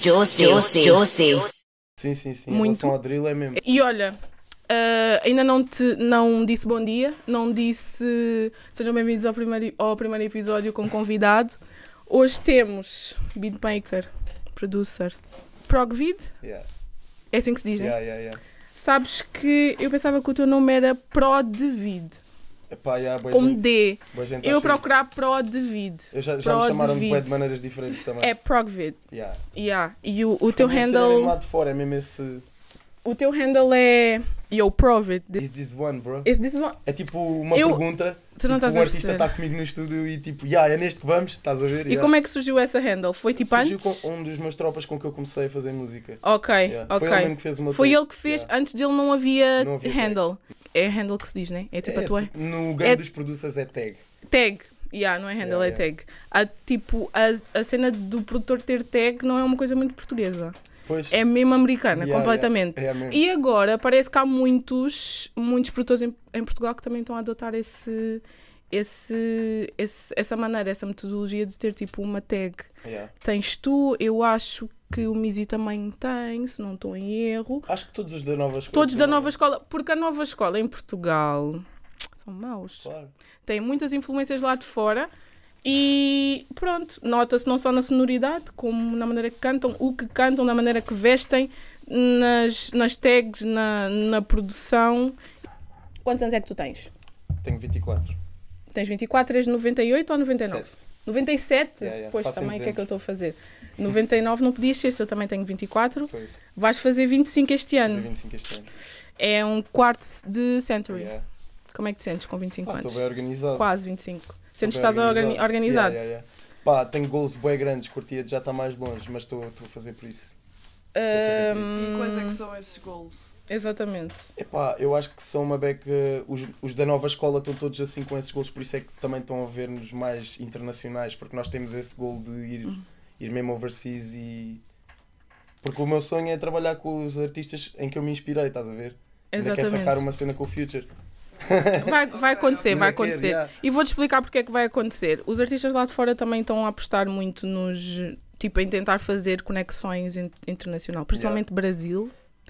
Juicy, juicy, juicy. Sim, sim, sim. Muito. Em relação ao drill é mesmo. E olha, ah, ainda não, te, não disse bom dia, não disse sejam bem-vindos ao primeiro, ao primeiro episódio com convidado. Hoje temos beatmaker, producer, Progvid, Yeah, é assim que se diz, né? yeah, yeah. yeah. Sabes que eu pensava que o teu nome era Prodevid, Epá, yeah, boa com gente- D. boa gente acha Eu isso. procurar Prodevid. Eu já, já me chamaram de bué de Prodevid. maneiras diferentes também. É Progvid, Yeah. yeah. E o, o teu Não sei, É mesmo handle, lá de fora, é mesmo esse. o teu handle é Yo Provid. Is this one, bro? Is this one? É tipo uma Eu- pergunta. Tu não tipo, estás o a artista perceber. está comigo no estúdio e tipo, yeah, é neste que vamos, estás a ver? E como é que surgiu essa handle? Foi tipo Surgiu antes? com um dos meus tropas com que eu comecei a fazer música. Ok, Yeah. ok. Foi ele mesmo que fez uma Foi tag. ele que fez, Ah, Yeah. antes dele não havia, Não havia handle. É handle que se diz, né? É tipo a É, tua tipo, no game é- dos producers é tag. tag. Yeah, não é handle, Yeah, é yeah. tag. Há, tipo, a, a cena do produtor ter tag não é uma coisa muito portuguesa. Pois. É mesmo americana, Yeah, completamente. yeah. É mesmo. E agora parece que há muitos, muitos produtores em, em Portugal que também estão a adotar esse, esse, esse- essa maneira, essa metodologia de ter tipo uma tag. Yeah. Tens tu, eu acho que o Mizi também tem, se não estou em erro. Acho que todos os da Nova Escola. Todos da nova escola, porque a nova escola em Portugal são maus. Claro. Tem muitas influências lá de fora e pronto, nota-se não só na sonoridade, como na maneira que cantam, o que cantam, na maneira que vestem, nas, nas tags, na, na produção. Quantos anos é que tu tens? Tenho 24. Tens 24, és 98 ou 99? Sete. 97? Yeah, yeah, Pois faço em também, o que é dezembro. que eu estou a fazer? 99 não podias ser, se eu também tenho 24. Pois. Vais fazer 25 este Fazer ano. 25 este ano. É um quarto de century. Yeah. Como é que te sentes com 25 Ah, Estou anos? bem organizado. Quase 25. Sentes que Bem estás organi- organizado. Yeah, yeah, yeah. Pá, tenho goals bem grandes, curtia de já está mais longe, mas estou estou a fazer por isso. fazer por Ahm, E quais é que são esses goals? Exatamente. Epá, eu acho que são uma beca. Os, os da nova escola estão todos assim com esses gols, por isso é que também estão a ver-nos mais internacionais, porque nós temos esse gol de ir, Uhum. ir mesmo overseas e. Porque o meu sonho é trabalhar com os artistas em que eu me inspirei, estás a ver? Ainda quer sacar Exatamente. uma cena com o Future. Vai, vai acontecer, Ainda vai quer, acontecer. yeah. E vou-te explicar porque é que vai acontecer. Os artistas lá de fora também estão a apostar muito nos. Tipo, em tentar fazer conexões in- internacional, principalmente Brasil.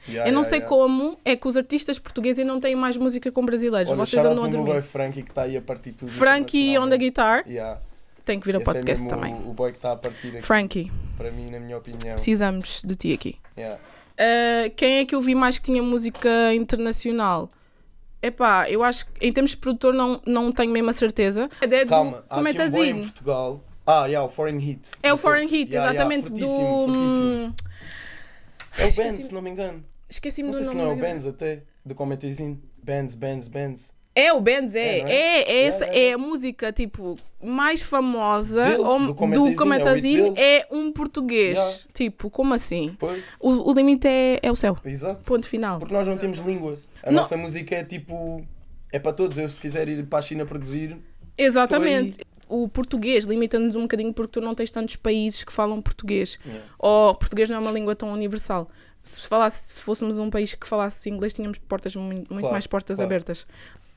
Yeah, eu não yeah, sei yeah. como é que os artistas portugueses não têm mais música com brasileiros. Olha, Vocês shout-out andam a no meu boy dormir. Frankie que está aí a partir tudo. Frankie on the internacionalmente. guitar, Yeah. tem que vir ao Esse é podcast mesmo também. O, o boy que está a partir aqui, Frankie, para mim, na minha opinião. precisamos de ti aqui. Yeah. Uh, quem é que eu vi mais que tinha música internacional? Epá, eu acho que em termos de produtor não, não tenho mesmo a certeza. É de- do- Calma, há como é aqui um boy em Tazine? Portugal. Ah, yeah, o Foreign Hit. É o Do Foreign Porto. Hit, Yeah, yeah, exatamente. fortíssimo, do. fortíssimo. hum, É o Esqueci-me. Benz, se não me engano. Esqueci-me Não do sei se nome. não é o do- Benz até, do Comentazine. Benz, Benz, Benz. É o Benz, é. É, não É, é? é, É, essa, é, é, é. a música tipo mais famosa Dele, ou- do do Cometazine, é o Cometazine hit é um português. Yeah. Tipo, como assim? Pois, O, o limite é, é o céu. exato. Ponto final. Porque nós não temos língua. A Não. nossa música é tipo. É para todos. Eu, se quiser ir para a China produzir. Exatamente. O português limita-nos um bocadinho porque tu não tens tantos países que falam português. Yeah. Ou português não é uma língua tão universal. Se, falasse, se fôssemos um país que falasse inglês, tínhamos portas mu- muito, Claro, mais portas claro. abertas.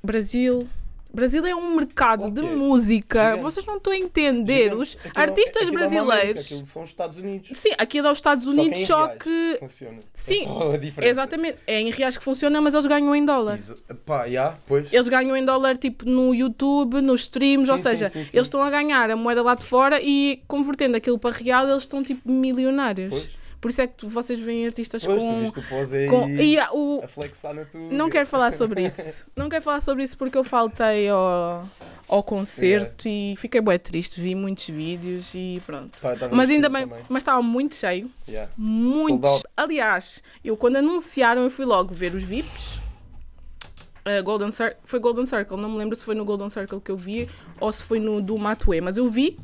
Brasil. Brasil é um mercado de Ok. música. Gigante. Vocês não estão a entender. Gigante. Os Aquilo é- artistas aquilo é uma América, brasileiros. Aquilo são os Estados Unidos. Sim, aquilo é os Estados Unidos, em só reais que. Funciona. É Sim, só a diferença. Exatamente. É em reais que funciona, mas eles ganham em dólar. Exa- Pá, yeah, pois. Eles ganham em dólar tipo no YouTube, nos streams, Sim, ou sim, seja, sim, sim. eles estão a ganhar a moeda lá de fora e convertendo aquilo para real, eles estão tipo milionários. Pois. Por isso é que tu- vocês veem artistas Pois, tu com. viste o pose aí. com e há o, A flexar na tua. não quero falar sobre isso. não quero falar sobre isso porque eu faltei ao, ao É. concerto e fiquei bué triste. Vi muitos vídeos e pronto. Tá, tava mas ainda divertido bem, também. mas estava muito cheio. Yeah. Muitos. Sold Aliás, eu quando anunciaram, eu fui logo ver os VIPs. Uh, Golden Cir- foi Golden Circle, não me lembro se foi no Golden Circle que eu vi ou se foi no do Matue, mas eu vi.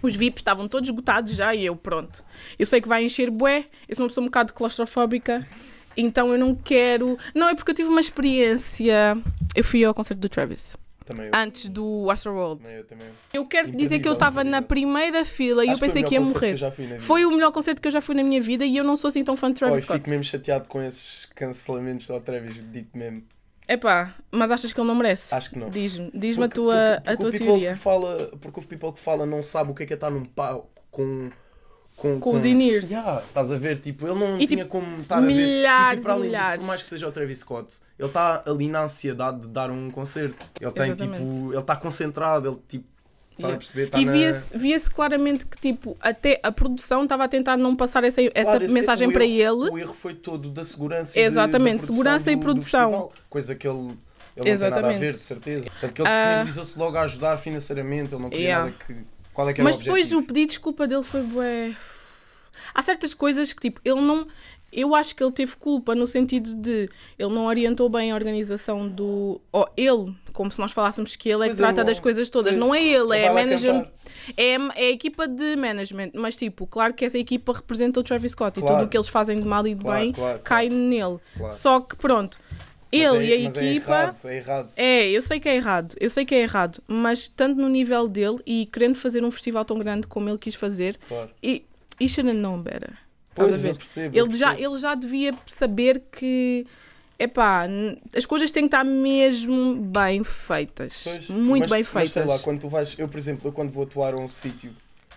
Os VIPs estavam todos esgotados já e eu, pronto. Eu sei que vai encher bué, eu sou uma pessoa um bocado claustrofóbica, então eu não quero. Não, é porque eu tive uma experiência. Eu fui ao concerto do Travis, Também eu. antes do Astroworld. Também eu, também eu. Eu quero te dizer que Imperdível, eu estava na imperdível. primeira fila e eu Acho foi pensei o que ia melhor concerto morrer. eu já fui na vida. Foi o melhor concerto que eu já fui na minha vida e eu não sou assim tão fã de Travis Oi, Scott. fico mesmo chateado com esses cancelamentos ao Travis, digo mesmo. Epá, mas achas que ele não merece? Acho que não. Diz-me, diz-me a Porque- tua, porque- porque a tua o people teoria. Que fala, porque o people que fala não sabe o que é que é estar num palco com com, com os in-ears. Yeah, estás a ver? Tipo, ele não E, tinha tipo, como estar a ver. milhares e para e além disso, milhares. por mais que seja o Travis Scott, ele está ali na ansiedade de dar um concerto. Ele tem Exatamente. tipo. Ele está concentrado, ele tipo. Estás Yeah. a perceber? Está E na- via-se via claramente que, tipo, até a produção estava a tentar não passar essa, essa Claro, esse- mensagem o para erro- ele. O erro foi todo da segurança e de- Exatamente, da segurança e do- do produção. festival, coisa que ele, ele não tem nada a Exatamente. ver, de certeza. Portanto, que ele Ah. disponibilizou-se logo a ajudar financeiramente, ele não queria Yeah. nada que. Qual é que era Mas o depois o objetivo? pedido de desculpa dele foi bué. Há certas coisas que, tipo, ele não. Eu acho que ele teve culpa no sentido de ele não orientou bem a organização do. Ou ele, como se nós falássemos que ele é que Pois, trata ele- das coisas todas. pois, Não é ele, ele é a vai lá manager. cantar. É, a- é a equipa de management. Mas, tipo, claro que essa equipa representa o Travis Scott e Claro. tudo o que eles fazem de mal e de Claro, bem claro, cai nele. Claro. Só que, pronto, Mas ele é- e a mas equipa. É errado, é errado. É, eu sei que é errado, eu sei que é errado, mas tanto no nível dele e querendo fazer um festival tão grande como ele quis fazer, Claro. e he should have known better. Estás Pois, a ver? eu percebo, eu ele, já, percebo. ele já devia saber que, epá, n- as coisas têm que estar mesmo bem feitas. Pois, muito mas- bem mas feitas. sei lá, quando tu vais, eu por exemplo, eu quando vou atuar a um sítio,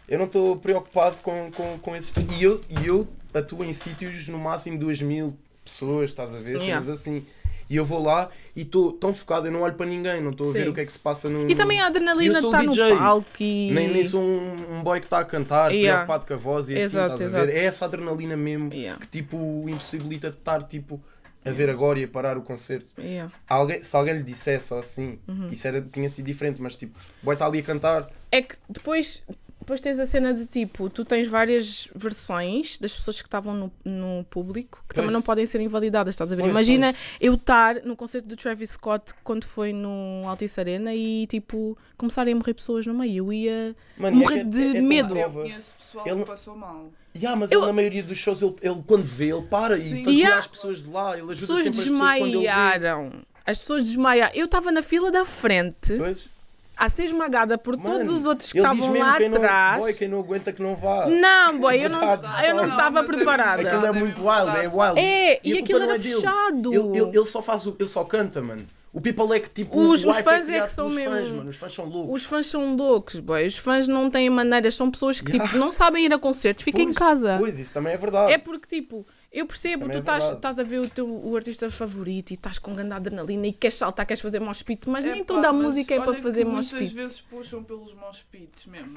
eu não estou preocupado com, com, com esses. E eu, e eu atuo em sítios no máximo 2 mil pessoas, estás a ver? Yeah. Cenas assim. E eu vou lá e estou tão focado, eu não olho para ninguém, não estou a ver Sim. o que é que se passa no. E também a E eu adrenalina de sou estar DJ. no palco e. Nem, nem sou um, um boy que está a cantar, Yeah. preocupado com a voz e assim, Exato, estás a ver? exato. É essa adrenalina mesmo Yeah. que tipo impossibilita de estar tipo a ver agora e a parar o concerto. Yeah. Alguém, se alguém lhe dissesse ou assim, Uhum. isso era, tinha sido diferente, mas tipo, boy está ali a cantar, É que depois, depois tens a cena de tipo, tu tens várias versões das pessoas que estavam no, no público que também Pois. não podem ser invalidadas, estás a ver? Pois, Imagina eu estar no concerto do Travis Scott quando foi no Altice Arena e tipo, começarem a morrer pessoas no meio. Eu ia Mano, é morrer que é- de é tão medo. grave. Eu conheço pessoal Ele- que passou mal. Ya, mas Eu- ele, na maioria dos shows, ele, ele quando vê, ele para e Sim. tira Ya. as pessoas de lá, ele ajuda pessoas sempre as pessoas quando ele vê. desmaiaram. As pessoas desmaiaram. Eu estava na fila da frente Pois. a ser esmagada por todos Mano, os outros que ele diz estavam mesmo, lá quem não- atrás. boy, quem não aguenta que não vá. Não, boy, eu não Coitado, eu não sorry. estava Não, mas é preparada. Aquilo é muito wild, é wild. É, e a culpa aquilo não era é dele. fechado. Ele, ele- ele só faz o. Ele só canta, mano. O people é que tipo. Os- o os hype fãs é criado que são pelos mesmo- Fãs, mano. Os fãs são loucos. Os fãs são loucos, boy. Os fãs não têm maneiras, são pessoas que tipo, não sabem ir a concertos, fiquem em Pois, casa. Pois, isso também é verdade. É porque, tipo, eu percebo, Isso também tu é estás, verdade. estás a ver o teu o artista favorito e estás com grande adrenalina e queres saltar, queres fazer mospito, mas nem Epá, toda a mas música é olha para que fazer Muitas mospito. vezes puxam pelos mospitos mesmo.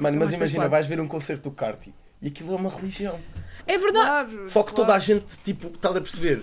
Mano, mais mas imagina, pessoal. vais ver um concerto do Carti e aquilo é uma religião. É verdade, Só que toda a gente, tipo, estás a perceber?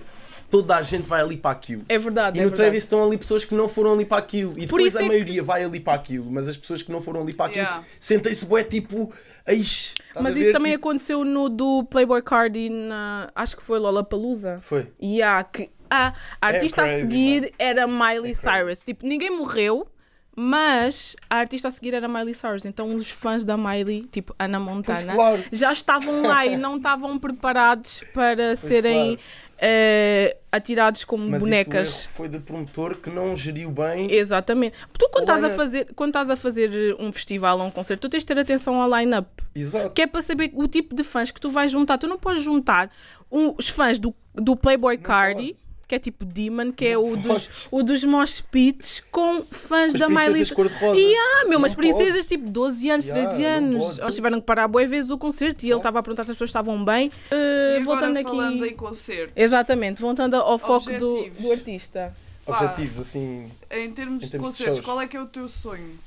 Toda a gente vai ali para aquilo. é verdade. E é no verdade. Travis estão ali pessoas que não foram ali para aquilo. E Por depois isso a é que- maioria vai ali para aquilo. Mas as pessoas que não foram ali para aquilo Yeah. sentem-se bué tipo. Eish, estás Mas a isso ver? também Tipo, aconteceu no do Playboy Cardi, na, acho que foi Lollapalooza. Foi. E há que a a É artista a crazy, seguir mano. era Miley É crazy. Cyrus. Tipo, ninguém morreu, mas a artista a seguir era Miley Cyrus. Então os fãs da Miley, tipo Ana Montana, claro. já estavam lá e não estavam preparados para serem claro. eh, atirados como Mas isso, o bonecas. erro foi do promotor que não geriu bem. Exatamente. Tu quando estás, a lineup. fazer, quando estás a fazer um festival ou um concerto, tu tens de ter atenção ao line-up Exato. que é para saber o tipo de fãs que tu vais juntar. Tu não podes juntar um- os fãs do, do Playboy Cardi, podes. que é tipo Demon, que é Não o dos, podes. o dos Mosh Pits, com fãs As da Miley. princesas é cor-de-rosa. E há, meu, Não mas princesas podes. tipo 12 anos, Yeah, 13 não anos. podes. Eles tiveram que parar boa vezes o concerto e ele estava a perguntar se as pessoas estavam bem. Uh, E voltando agora falando aqui. em concerto, Exatamente, voltando ao foco do, Objetivos. do artista. pá. Objetivos assim. em termos Em termos de de concertos, shows. qual é que é o teu sonho?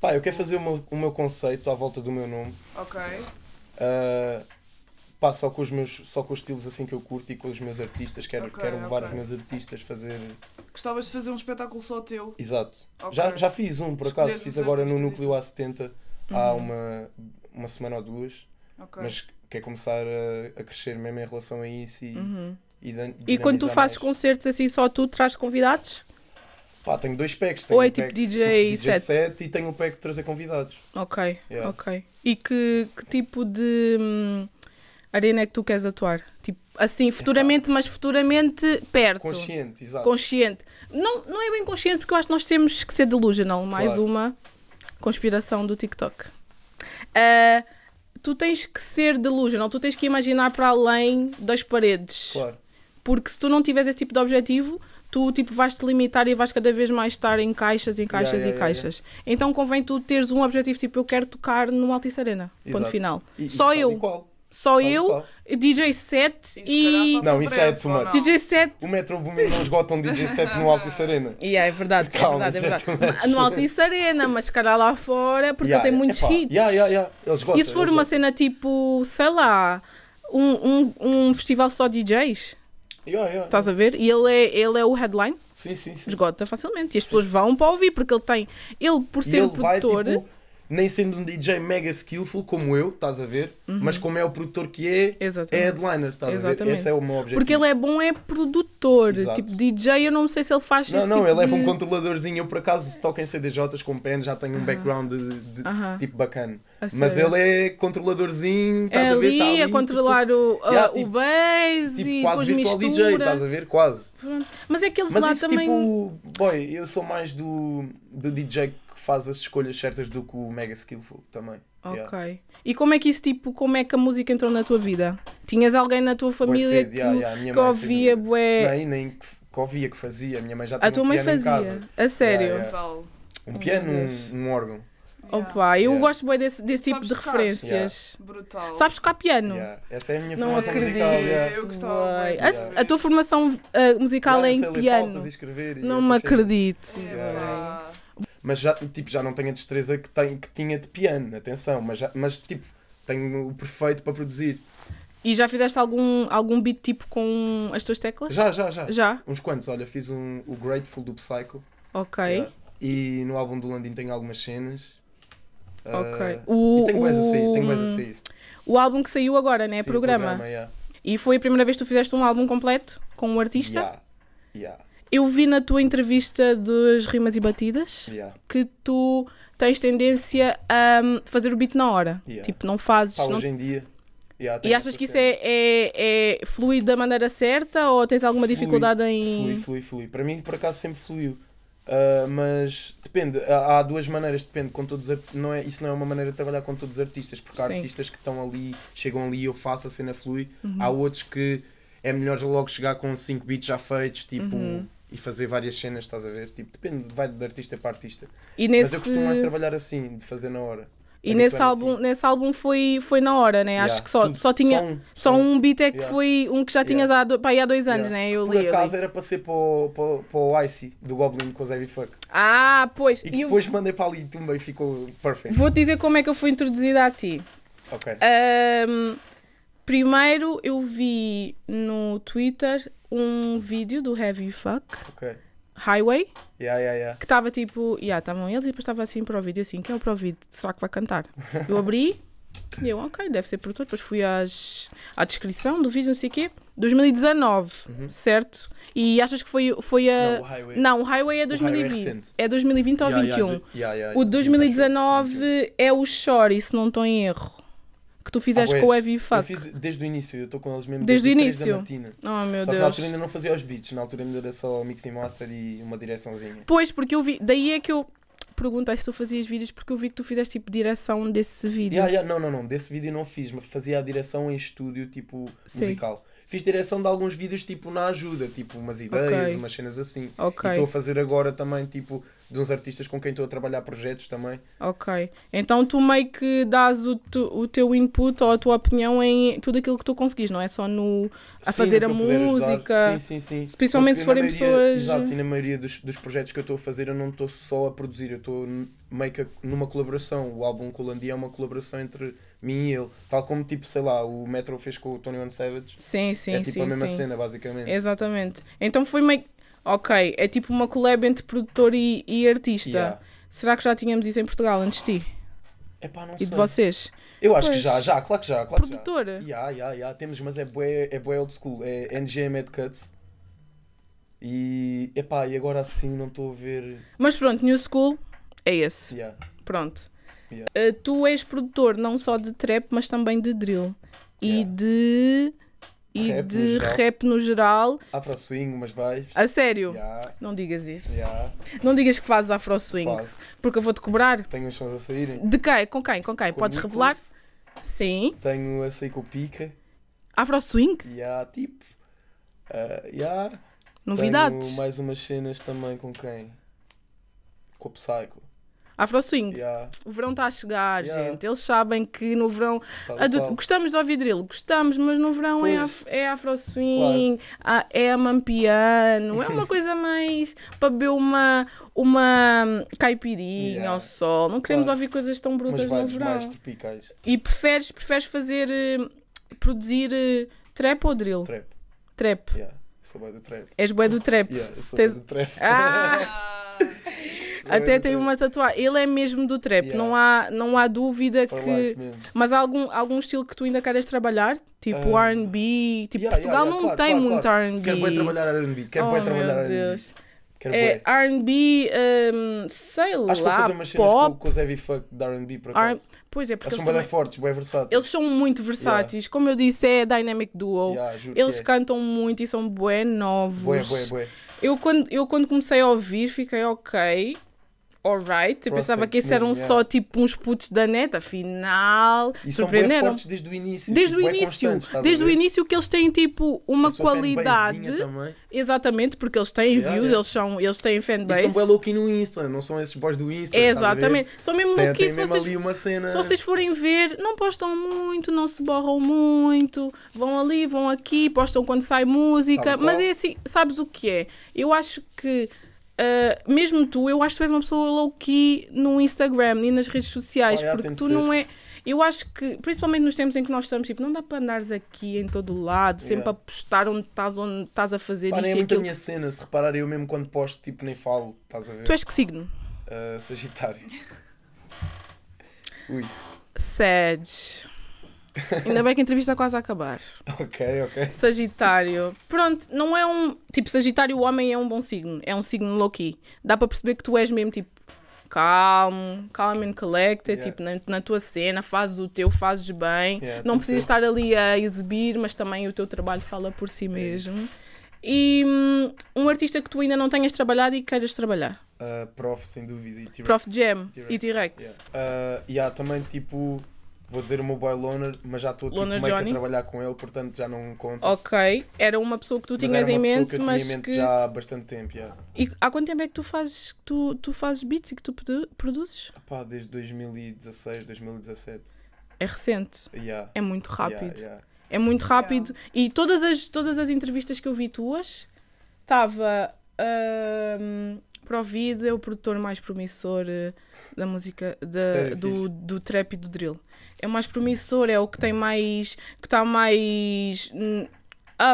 Pá, eu quero fazer o meu, o meu conceito à volta do meu nome. Ok? Uh, pá, só com os meus só com os estilos assim que eu curto e com os meus artistas. Quero, Ok, quero levar ok. os meus artistas a fazer. Gostavas de fazer um espetáculo só teu? Exato. Ok. Já, já fiz um, por acaso. Escolher Fiz os agora no artistas e Núcleo A70 há Uhum. uma, uma semana ou duas. Ok. Mas quer começar a, a crescer mesmo em relação a isso e. E, dan- Uhum. E quando tu dinamizar fazes mais. concertos assim só tu traz convidados? Pá, tenho dois packs. Ou tenho é um tipo pack DJ de set? e tenho um pack de trazer convidados. Ok, Yeah. ok. E que, que tipo de hum, arena é que tu queres atuar? Tipo, assim, futuramente, mas futuramente perto. Então, Consciente, exato. Consciente. Não, não é bem consciente, porque eu acho que nós temos que ser delusional. Mais Claro. uma conspiração do TikTok. Ah, tu tens que ser delusional, tu tens que imaginar para além das paredes. Claro. Porque se tu não tiveres esse tipo de objetivo, tu tipo vais-te limitar e vais cada vez mais estar em caixas, em caixas yeah, e yeah, caixas. Então convém tu teres um objetivo, tipo, eu quero tocar no Altice Arena. Ponto Exato. final. E- e Só tal e eu, qual. só Tal e eu, qual. DJ set E se e, calhar tá Não, isso já é breve, too ou much. não? DJ set. O Metro Boomin não esgota um DJ set no Altice Arena. Yeah, é verdade, Calma, é verdade, gente, é verdade. No Altice Arena, mas se calhar lá fora, porque Yeah, ele tem é- muitos epá, hits. yeah, yeah, yeah, Eles esgotam, E se for eles uma esgotam. cena tipo, sei lá, um, um, um festival só de DJs, Yeah, yeah, estás a ver? E ele é, ele é o headline, Sim, sim, sim. esgota facilmente. E as pessoas vão para ouvir, porque ele tem. Ele, por E ser um ele vai, produtor. tipo, nem sendo um DJ mega skillful como eu, estás a ver? Mas como é o produtor que é, é Uhum. Exatamente. headliner, estás a ver? Exatamente. Esse é o meu objetivo. Porque ele é bom, é produtor. Exato. Tipo, DJ, eu não sei se ele faz Não, esse não, tipo ele leva de... um controladorzinho. Eu, por acaso, se toco em CDJs com pen, já tenho um background de, de- Aham. tipo bacana. A Mas sério? ele é controladorzinho, estás É a ver? ali, Está a tipo, controlar o, a- Yeah, o tipo- bass Tipo, tipo, e quase depois virtual mistura. DJ, estás a ver? Quase. Pronto. Mas é que eles Mas lá isso, também. tipo, boy, eu sou mais do, do DJ que faz as escolhas certas do que o mega skillful também. Ok. Yeah. E como é que isso, tipo, como é que a música entrou na tua vida? Tinhas alguém na tua família cedo, que, yeah, yeah, a minha que mãe é ouvia fazia. bué... Nem, é? nem que, que ouvia que fazia. A minha mãe já tinha É. A tua um mãe piano em fazia? casa. A sério? Yeah, yeah. Tal. Um piano, meu Deus. um, um órgão. Yeah. Opa, eu Yeah. gosto bué desse, desse tipo Sabes de tocar? referências. Brutal. Sabes tocar piano? Yeah. Essa é a minha Não formação acredito. musical. yeah. Eu gostava Bué. bué de A- saber a, tua isso. formação ah, musical Yeah, é eu em sei ler piano. pautas e escrever e Não essas me cenas. acredito. Yeah. Epá. Mas já, tipo, já não tenho a destreza que, tenho, que tinha de piano, atenção. Mas, já- mas tipo, tenho o perfeito para produzir. E já fizeste algum, algum beat tipo com as tuas teclas? Já, já, já. Já? Uns quantos, olha, fiz um, o Grateful do Psycho. Ok. yeah. E no álbum do Landim tem algumas cenas. Ok. Ah, O, e tenho mais a sair, tenho mais a o- sair. O álbum que saiu agora, né? Sim, o programa. yeah. E foi a primeira vez que tu fizeste um álbum completo com um artista. Yeah, yeah, Eu vi na tua entrevista das rimas e batidas yeah. que tu tens tendência a hum, fazer o beat na hora. Yeah. Tipo, não fazes. Pá, não- hoje em dia. yeah, E tenho achas essa que isso cena. é, é, é fluido da maneira certa ou tens alguma Flui, dificuldade em. Flui, flui, flui. Para mim, por acaso, sempre fluiu. Ah, mas depende, há, há duas maneiras, depende com todos os art- não é Isso não é uma maneira de trabalhar com todos os artistas, porque há Sim. Uhum. artistas que estão ali, chegam ali, eu faço a cena flui. Há outros que é melhor logo chegar com cinco beats já feitos, tipo, Uhum. e fazer várias cenas, estás a ver? Tipo, depende, vai de artista para artista. E Mas nesse, eu costumo mais trabalhar assim, de fazer na hora. e É nesse habituar-me álbum, assim. nesse álbum foi, foi na hora, né? Yeah, Acho que só, tudo- só tinha. só um, Só só um beat é que Yeah. foi um que já tinhas há, do, pá, aí há dois anos, Yeah. né? Eu Por li. ali. acaso é- era para ser para o, para, o- para o Icy do Goblin com o Zé Fuck. Ah, pois. E e que eu depois mandei para ali e tumba e ficou perfeito. Vou-te dizer como é que eu fui introduzida a ti. Ok. Ahm, primeiro eu vi no Twitter um vídeo do Heavy Fuck Ok. Highway Yeah, yeah, yeah. que estava tipo, já estavam eles e depois estava assim para o vídeo, assim, quem é o para o vídeo? Será que vai cantar? Eu abri e eu, ok, deve ser produtor. Depois fui às, à descrição do vídeo, não sei o quê. 2019, certo? E achas que foi, foi a. Não, o Highway. Não, Uhum. o Highway é O Highway é 2020. recente. é 2020 ou Yeah, 21. yeah, de- yeah, yeah, O yeah. 21. 2019 é o Shory, se não estou em erro. Que tu fizeste Ah, com o pois. Heavy Eu Fuck. fiz desde o início, eu estou com eles mesmo Desde o três início? Da matina. Só Oh meu que na Deus. altura ainda não fazia os beats, na altura ainda era só mix e master e uma direçãozinha. Pois, porque eu vi. Daí é que eu perguntei se tu fazias vídeos, porque eu vi que tu fizeste tipo direção desse vídeo. Yeah, yeah, não, não, não, desse vídeo não fiz, mas fazia a direção em estúdio, tipo, Sim. musical. Fiz direção de alguns vídeos, tipo, na ajuda, tipo, umas ideias, Ok. umas cenas assim. Ok. E estou a fazer agora também, tipo, de uns artistas com quem estou a trabalhar projetos também. Ok. Então tu meio que dás o, tu- o teu input ou a tua opinião em tudo aquilo que tu conseguis, não é só no. a Sim, fazer no a que eu puder ajudar. música. Sim, sim, sim. Se- principalmente se Porque forem na maioria- pessoas- Exato, e na maioria dos, dos projetos que eu estou a fazer, eu não estou só a produzir, eu estou n- meio que a- numa colaboração. O álbum Colandia é uma colaboração entre mim e ele. Tal como, tipo, sei lá, o Metro fez com o Tony One Savage. Sim, sim, é tipo sim. a mesma sim. É cena, basicamente. Exatamente. Então foi meio. Ok, é tipo uma collab entre produtor e, e artista. Yeah. Será que já tínhamos isso em Portugal antes de ti? Epá, não E sei. de vocês? Eu acho Pois. que já, já, claro que já, claro Produtora? que já. Ya, ya, ya, temos, mas é bué, é bué old school, é NGM Ed Cuts. E, epá, e agora assim não estou a ver. Mas pronto, New School é esse. Ya. Pronto. Yeah. Uh, tu és produtor não só de trap, mas também de drill. E Yeah. de. E Rap no de geral. rap no geral. Afro Swing, umas vibes. A sério? Ya, Não digas isso. ya, Não digas que fazes afro swing, quase. porque eu vou-te cobrar. Tenho uns sons a saírem. De quem? Com quem? Com quem? Com Podes Nicholas, revelar? Sim. Tenho a sair com o Pica. Afro swing? E há tipo. ah, e há- Novidades. Tenho mais umas cenas também com quem? Com o Psycho. Afro Swing. Yeah, O verão está a chegar, Yeah. gente. Eles sabem que no verão. tal e Adu- qual. Gostamos de ouvir drill, gostamos, mas no verão é, Pois. af- é afro swing, a- é amampiano, é uma coisa mais para beber uma, uma caipirinha Yeah. ao sol. Não queremos Claro. ouvir coisas tão Umas brutas no vibes verão. mais tropicais. E preferes, preferes fazer. eh, produzir eh, trap ou drill? Trap. Trap. Yeah. Eu sou bem do trap. És bué do trap. Yeah, eu sou Tens- bué do trap. Ah! Ah, Eu sou bué Até do tem trap. uma tatuagem. Ele é mesmo do trap, Yeah. não, há, não há dúvida For que. life mesmo. Mas há algum, algum estilo que tu ainda queres trabalhar? Tipo Ah. RB? Tipo, Yeah, Portugal yeah, yeah, não claro, tem claro, muito claro. RB. Quero bem trabalhar RB. Quero bem Oh, trabalhar meu RB. Deus. Quero É bué. RB, hum, sei lá, Acho que vou fazer umas cenas com, pop. com os heavy fuck da RB por R- acaso. Pois é, porque Eles eles, são bem também- fortes, bem versáteis. eles são muito versáteis. Como eu disse, é Dynamic Duo. Yeah, juro que Eles é. cantam muito e são bué novos. Bué, bué, bué. Eu, quando, eu quando comecei a ouvir, fiquei ok. Alright, eu Prospects pensava que esses é mesmo, eram yeah. só tipo uns putos da neta, afinal, E são bem surpreenderam. fortes desde o início. tipo, Desde o bué início, constantes, estás a desde o ver? início que eles têm tipo uma A sua fanbasezinha qualidade, também. exatamente, porque eles têm Yeah, views, yeah. eles são, eles têm E são fanbase. bem louquinhos no Insta, não são esses boys do Insta. É, estás a ver? exatamente, são mesmo Tem, tem louquinhos, mesmo se vocês ali uma cena. se vocês forem ver, não postam muito, não se borram muito, vão ali, vão aqui, postam quando sai música, Tal qual. mas é assim, sabes o que é? Eu acho que, ah, mesmo tu, eu acho que tu és uma pessoa low-key no Instagram e nas redes sociais, Ah, é, porque tem de tu ser. não é. Eu acho que, principalmente nos tempos em que nós estamos, tipo, não dá para andares aqui em todo o lado, sempre Yeah. a postar onde estás, onde estás a fazer Pá, nem é isto e muito a aquilo. minha cena, se repararem, eu mesmo quando posto, tipo, nem falo, estás a ver? Tu és que signo? Ah, sagitário. Ui, Sede. Ainda bem que a entrevista está quase a acabar. ok, ok. Sagitário. Pronto, não é um. Tipo, Sagitário, o homem é um bom signo. É um signo low-key. Dá para perceber que tu és mesmo tipo. Calmo, calm and collected, Yeah. tipo, na, na tua cena, fazes o teu, fazes bem. Yeah, tem não que precisas ser. estar ali a exibir, mas também o teu trabalho fala por É si mesmo. E hum, um artista que tu ainda não tenhas trabalhado e queiras trabalhar. Ah, prof, sem dúvida. E T-Rex. Prof Jam T-Rex, e T-Rex. Yeah. Ah, yeah, também, tipo, vou dizer o meu boy Loner, mas já estou tipo, Loner meio que Johnny. a trabalhar com ele, portanto já não conta. Ok, era uma pessoa que Oh, tu Mas era tinhas em uma pessoa mente, que eu tinha mas em mente que. já há bastante tempo, yeah. E há quanto tempo é que tu fazes, que tu, tu fazes beats e que tu produ- produzes? Pá, desde 2016, 2017. É recente. Yeah. É muito yeah, rápido. yeah. É muito rápido. E todas as, todas as entrevistas que eu vi tuas, estava um, Provida, o produtor mais promissor eh, da música da- Sério, é do, fixe. do trap e do drill. É o mais promissor, é o que tem mais. que está mais hum,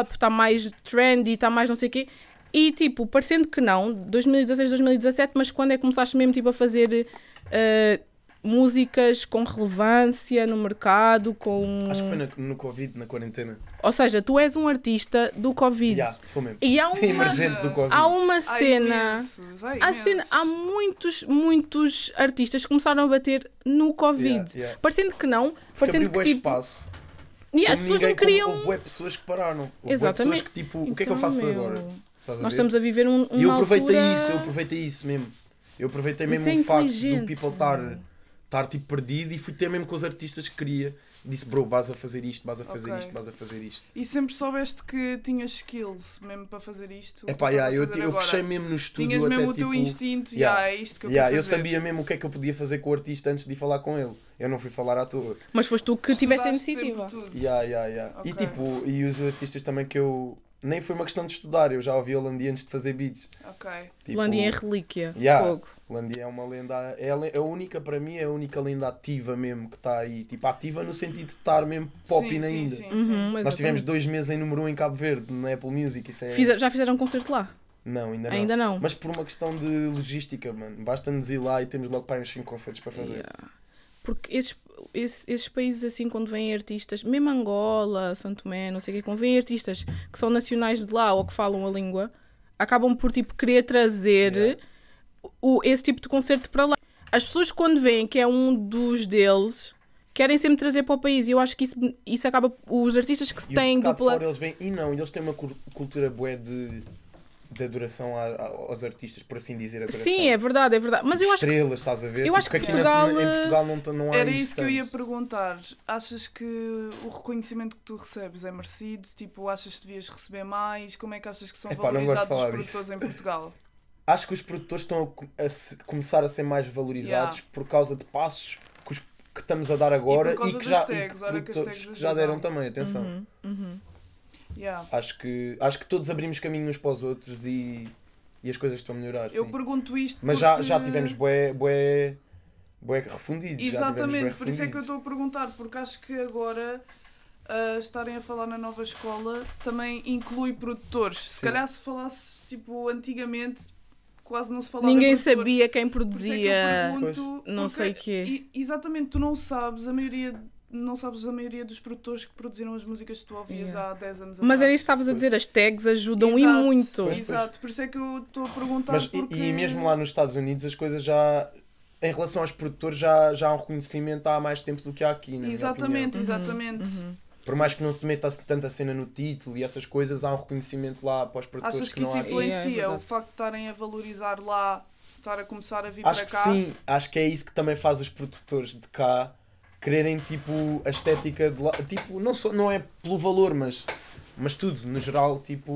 up, está mais trendy, está mais não sei o quê. E tipo, parecendo que não, 2016, 2017, mas quando é que começaste mesmo tipo, a fazer eh, músicas com relevância no mercado, com. Acho que foi na- no Covid, na quarentena. Ou seja, tu és um artista do Covid. Yeah, sou mesmo. E há uma, Emergente do Covid. há um uma há cena. imensos, há Há, cena, imensos. há muitos, muitos artistas que começaram a bater no Covid. Yeah, yeah. Parecendo que não, Porque parecendo abriu que bué tipo. espaço. E as Como pessoas não ninguém- como- queriam. Houve bué pessoas que pararam. Houve bué Exatamente. pessoas que tipo, o que é que eu Então, faço meu, agora? Estás a Nós ver? estamos a viver um. E eu uma aproveitei altura- isso, eu aproveitei isso mesmo. Eu aproveitei Mas mesmo é o facto do inteligente, people estar estar tipo perdido e fui ter mesmo com os artistas que queria. Disse, bro, vais a fazer isto, vais a fazer Ok. isto, vais a fazer isto. E sempre soubeste que tinhas skills mesmo para fazer isto. o que É pá, tu estás a eu, fazer eu agora. fechei mesmo no estúdio Tinhas até mesmo o tipo. teu instinto, yeah, yeah, é isto que eu yeah, quero eu fazer. sabia mesmo o que é que eu podia fazer com o artista antes de ir falar com ele. Eu não fui falar à toa. Mas foste tu que tiveste a Estudaste sempre iniciativa. tudo. Yeah, yeah, yeah. E Ok. tipo, e os artistas também que eu. Nem foi uma questão de estudar, eu já ouvi Holandia antes de fazer beats. Ok. Tipo, Landim é relíquia. Yeah. Fogo. Holandia é uma lenda. É a, le- a única, para mim, é a única lenda ativa mesmo que está aí. Tipo, ativa no sentido de estar mesmo pop sim, ainda. sim, Uhum, sim, sim. Nós tivemos exatamente. dois meses em número 1 um em Cabo Verde, na Apple Music. Isso é. Fizer- já fizeram um concerto lá? Não, ainda não. Ainda não. Mas por uma questão de logística, mano. Basta-nos ir lá e temos logo para aí uns 5 concertos para fazer. Yeah. Porque esses, esses, esses países assim, quando vêm artistas, mesmo Angola, Santo Tomé, não sei o quê, quando vêm artistas que são nacionais de lá ou que falam a língua, acabam por tipo querer trazer Yeah. o, esse tipo de concerto para lá. As pessoas quando veem que é um dos deles, querem sempre trazer para o país. E eu acho que isso, isso acaba. Os artistas que se E os têm de cá de dupla. fora, eles vêm. E não, eles têm uma cur- cultura bué de. da duração a- a- aos artistas, por assim dizer. A duração. Sim, é verdade, é verdade. Mas Tipo, eu acho que. Estrelas, estás a ver? eu acho Porque que aqui na- Portugal, eh, em Portugal não, tá- não há Era isso que eu ia tanto. perguntar. Achas que o reconhecimento que tu recebes é merecido? Tipo, achas que devias receber mais? Como é que achas que são Epá, não gosto de valorizados os falar produtores disso. em Portugal? Acho que os produtores estão a co- a, se- começar a ser mais valorizados por causa de passos que, os- que estamos a dar agora por e, causa que das já, e tags, que olha que as produtores tags que já ajudam. deram também, atenção. Uhum, uhum. Ah, Yeah. Acho, que, acho que todos abrimos caminho uns para os outros e, e as coisas estão a melhorar. Eu sim. pergunto isto Mas já, porque... já tivemos bué, bué, bué refundidos. já tivemos bué Exatamente, por isso é que eu refundidos. estou a perguntar, porque acho que agora ah, estarem a falar na nova escola também inclui produtores. Se Sim. calhar se falasse, tipo, antigamente quase não se falava em Ninguém produtores. sabia quem Por isso é que eu produzia. pergunto, não porque sei quê. e- exatamente, tu não sabes a maioria. Não sabes a maioria dos produtores que produziram as músicas que tu ouvias Yeah. há 10 anos Mas era atrás. isso que estavas a dizer, as tags ajudam e Exato, muito. Pois, pois. Exato, por isso é que eu estou a perguntar. Mas e- porque... e, mesmo lá nos Estados Unidos as coisas já. Em relação aos produtores já, já há um reconhecimento há mais tempo do que há aqui, na minha Exatamente, Uhum, exatamente. uhum. opinião. Por mais que não se meta assim tanta cena no título e essas coisas, há um reconhecimento lá para os produtores Achas que, que não isso há aqui. influencia Yeah, é o verdade. facto de estarem a valorizar lá, estar a começar a vir Acho para que cá? sim, acho que é isso que também faz os produtores de cá quererem tipo a estética de lá, tipo, não só não é pelo valor, mas mas tudo, no geral, tipo,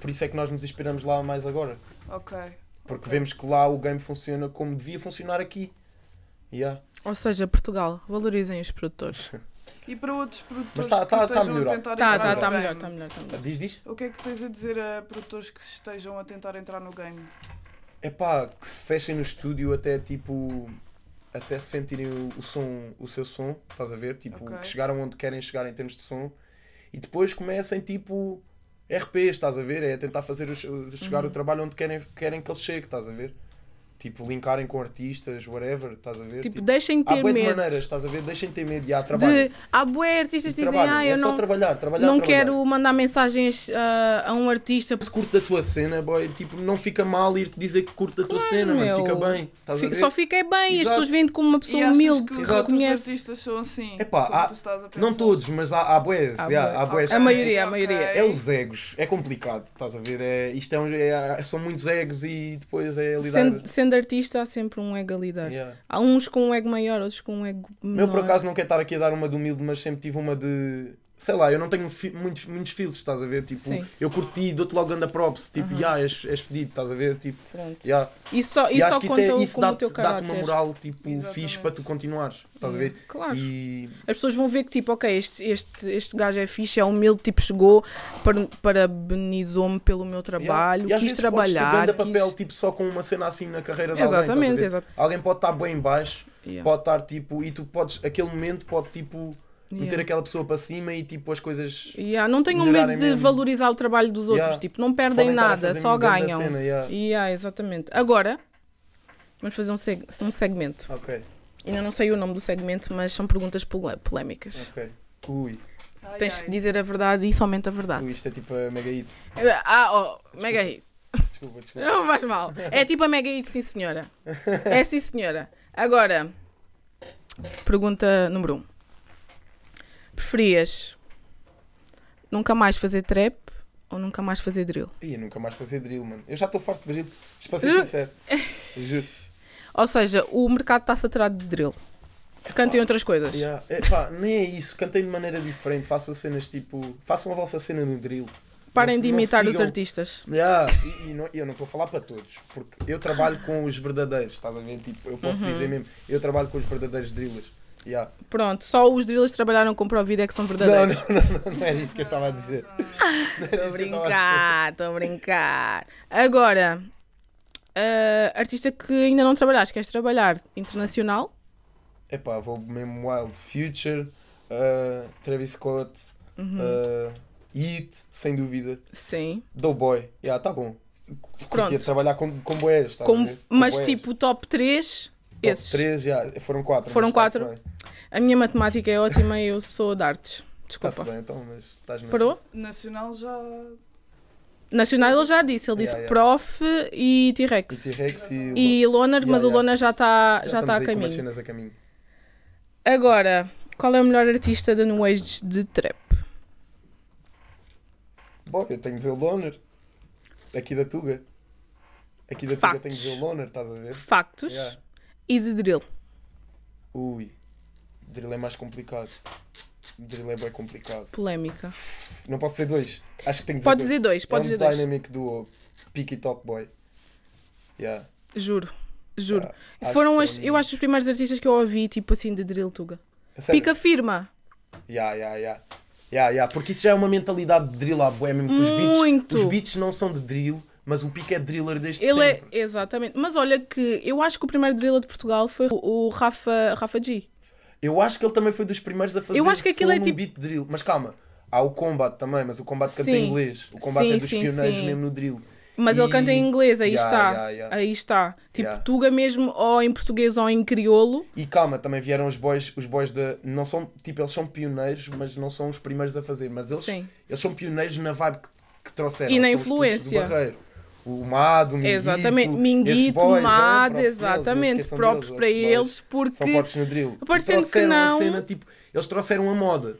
por isso é que nós nos inspiramos lá mais agora, Ok. porque Ok. vemos que lá o game funciona como devia funcionar aqui. Yeah. Ou seja, Portugal, valorizem os produtores. E para outros produtores Mas tá- que tá- tá a estejam a melhorar. tentar Tá, entrar tá, no tá game, melhor, tá melhor, tá melhor. Diz, diz? O que é que tens a dizer a produtores que estejam a tentar entrar no game? É pá, que se fechem no estúdio até tipo. Até se sentirem o, o som, o seu som, estás a ver? Tipo, Ok. que chegaram onde querem chegar em termos de som e depois comecem tipo RPs, estás a ver? É tentar fazer os- chegar Uhum. o trabalho onde querem, querem que ele chegue, estás a ver? Tipo, linkarem com artistas, whatever, estás a ver? Tipo, deixem de há ter bué de medo. maneiras, estás a ver? Deixem de ter medo e há trabalho. Tipo, De, há bué artistas que dizem, trabalho. ah, é eu só não, trabalhar, trabalhar, não trabalhar. quero mandar mensagens ah, a um artista. Se curto da tua cena, boy, tipo, não fica mal ir-te dizer que curto da tua cena, mano, meu. fica bem, estás a Fica- ver? só fiquei bem, e as Exato. pessoas vêm como uma pessoa E achas humilde, que que os Exato. outros reconhece. artistas são assim? Epá, como há- tu estás a Não pensar? todos, mas há, há boés. Há yeah, bué. há bués Ok, A que- maioria, a ok. maioria. É os egos, é complicado, estás a ver? É, isto é, um- é- são muitos egos e depois é lidar. Sendo, sendo artista, há sempre um ego a lidar. Yeah. Há uns com um ego maior, outros com um ego menor. Meu, por acaso, não quero estar aqui a dar uma de humilde, mas sempre tive uma de. Sei lá, eu não tenho fi- muitos, muitos filtros, estás a ver? Tipo, Sim. eu curti, dou-te logo anda props, tipo, já, és, és fedido, estás a ver? Tipo, Pronto. yeah. Isso só, E isso só acho que isso, conta é, o- isso como o dá-te teu dá caráter. uma moral, tipo, Exatamente. fixe para tu continuares, estás a ver? Claro. E As pessoas vão ver que, tipo, ok, este, este, este gajo é fixe, é humilde, tipo, chegou, par- parabenizou-me pelo meu trabalho, E às quis vezes podes ter trabalhar. ganda quis- papel, tipo, só com uma cena assim na carreira de alguém. Exatamente, estás a ver? exato. Alguém pode estar bem em baixo, Yeah. pode estar tipo, e tu podes, aquele momento pode tipo, meter Yeah. aquela pessoa para cima e tipo as coisas Yeah, não tenham medo melhorarem de mesmo. valorizar o trabalho dos outros, Yeah. tipo, não perdem podem estar a nada, fazer só grande ganham. Cena, yeah. Yeah, exatamente. Agora, vamos fazer um, seg- um segmento. Ok, Ainda não sei o nome do segmento, mas são perguntas pole- polémicas. ok. Ui, Ai, Tens ai. que dizer a verdade e somente a ui, verdade. isto é tipo a mega hit. Ah, oh, mega hit. Desculpa, desculpa. Não faz mal. É tipo a mega hit, sim senhora. É sim senhora. Agora, pergunta número 1. Um. Preferias nunca mais fazer trap ou nunca mais fazer drill? Ia nunca mais fazer drill, mano. Eu já estou farto de drill, mas para ser Ju- sincero. Juro. Ou seja, o mercado está saturado de drill. Cantem outras coisas. Yeah. Epá, nem é isso, cantem de maneira diferente, façam cenas tipo. Façam a vossa cena no drill. Parem Não- de não imitar os sigam- artistas. Yeah, e, e não- eu não estou a falar para todos, porque eu trabalho com os verdadeiros, estás a ver? Tipo, eu posso Uhum. dizer mesmo, eu trabalho com os verdadeiros drillers. Yeah. Pronto, só os drillers que trabalharam com Provida é que são Não, verdadeiros. não, não, não, não era isso que eu estava a dizer. Não era Estou a isso que eu estava a brincar, estou a brincar. Agora, ah, artista que ainda não trabalhaste, queres trabalhar internacional? dizer. Epá, vou mesmo Wild Future, uh, Travis Scott, Uhum. uh, Yeet, sem dúvida, Sim. Doughboy, yeah, tá bom. Curtia Pronto. trabalhar com, com boés, estás Com- a ver? Com mas boés. tipo, top 3, é Top esses. três, yeah, foram quatro. Foram mas tá-se quatro. bem. A minha matemática é ótima e eu sou de artes. Tá-se Desculpa. bem, então, mas estás mesmo. Parou? Nacional já. Nacional ele já disse, ele disse Yeah, yeah. prof e E T-Rex. T-Rex e. E Loner, Yeah, mas o yeah. Loner já está já estamos tá aí a com umas caminho. cenas a caminho. Agora, qual é o melhor artista da New Age de trap? Bom, eu tenho de dizer Loner. Aqui da Tuga. Aqui da Tuga tem Factos. que ver o Loner, estás a ver? Factos Yeah. e de drill. Ui. Drill é mais complicado. Drill é bem complicado. Polémica. Não posso dizer dois. Acho que tenho que dizer Pode dois. dizer dois, é um pode dizer dois. Dynamic Duo, Peaky Top Boy. Yeah. Juro, juro. Ah, acho Foram que as, é um- eu acho os primeiros artistas que eu ouvi, tipo assim, de drill tuga. A sério? Pica firma. Yeah, yeah, yeah. Yeah, yeah. Porque isso já é uma mentalidade de drill à bué, mesmo que os beats. Muito. Os beats não são de drill, mas o Pico é driller desde Ele sempre. é, exatamente. Mas olha que eu acho que o primeiro driller de Portugal foi o, o Rafa, Rafa G. Eu acho que ele também foi dos primeiros a fazer Eu acho que aquilo som é num tipo- beat drill. Mas calma, há o Combat também, mas o Combat canta Sim. em inglês. O Combat Sim, é dos sim, pioneiros sim. mesmo no drill. Mas ele E- canta em inglês, aí Yeah, está. yeah, yeah. Aí está. Tipo, Yeah. Tuga mesmo, ou em português ou em crioulo. E calma, também vieram os boys, os boys da. Não são, tipo, eles são pioneiros, mas não são os primeiros a fazer. Mas eles, Sim. eles são pioneiros na vibe que, que trouxeram. E na são os putos do influência. Barreiro. o Mado, o Minguito. exatamente. esses Minguito, boys, né, Mado, próprios deles, não exatamente. esqueçam Próprios deles, para esses boys eles, São porque fortes no drill. E parecendo que trouxeram não- a cena, tipo, eles trouxeram a moda.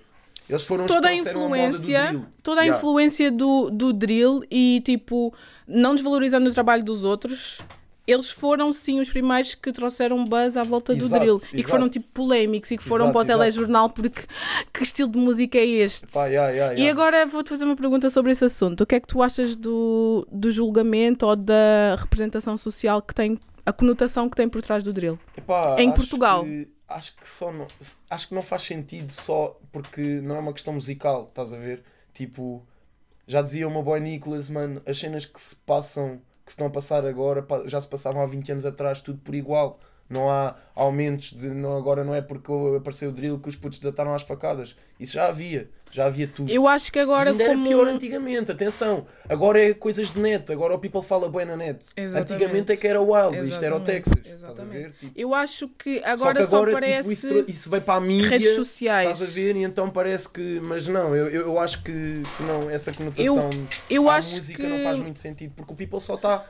Eles foram os toda a que trouxeram a moda do influência, drill. toda a Yeah. influência do, do drill e tipo, não desvalorizando o trabalho dos outros, eles foram sim os primeiros que trouxeram buzz à volta do Exato, drill e que exato. foram tipo polémicos e que foram Exato, para o exato. telejornal porque que estilo de música é este? Pá, yeah, yeah, E yeah. agora vou-te fazer uma pergunta sobre esse assunto. O que é que tu achas do, do julgamento ou da representação social que tem, a conotação que tem por trás do drill? Epá, Em acho Portugal. que- acho que só não, acho que não faz sentido só porque não é uma questão musical, estás a ver? Tipo, já dizia o meu boy Nicholas, mano, as cenas que se passam, que se estão a passar agora, pa- já se passavam há 20 anos atrás, tudo por igual. Não há aumentos de não, agora não é porque apareceu o drill que os putos desataram às facadas. Isso já havia, já havia tudo. Eu acho que agora Ainda como era pior antigamente, atenção. Agora é coisas de net, agora o people fala bem na net. Exatamente. Antigamente é que era wild, isto era o Exatamente, Texas. Estás a exatamente. ver? Tipo, eu acho que só agora que só, agora tipo, parece isso, tra- isso vai para a mídia, redes sociais. Estás a ver? E então parece que. Mas não, eu, eu eu acho que, que não, essa conotação Eu- eu à acho música que- não faz muito sentido porque o people só está